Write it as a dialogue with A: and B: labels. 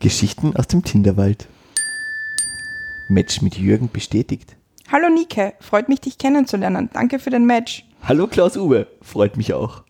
A: Geschichten aus dem Tinderwald. Match mit Jürgen bestätigt.
B: Hallo Nike, freut mich, dich kennenzulernen. Danke für den Match.
A: Hallo Klaus Uwe, freut mich auch.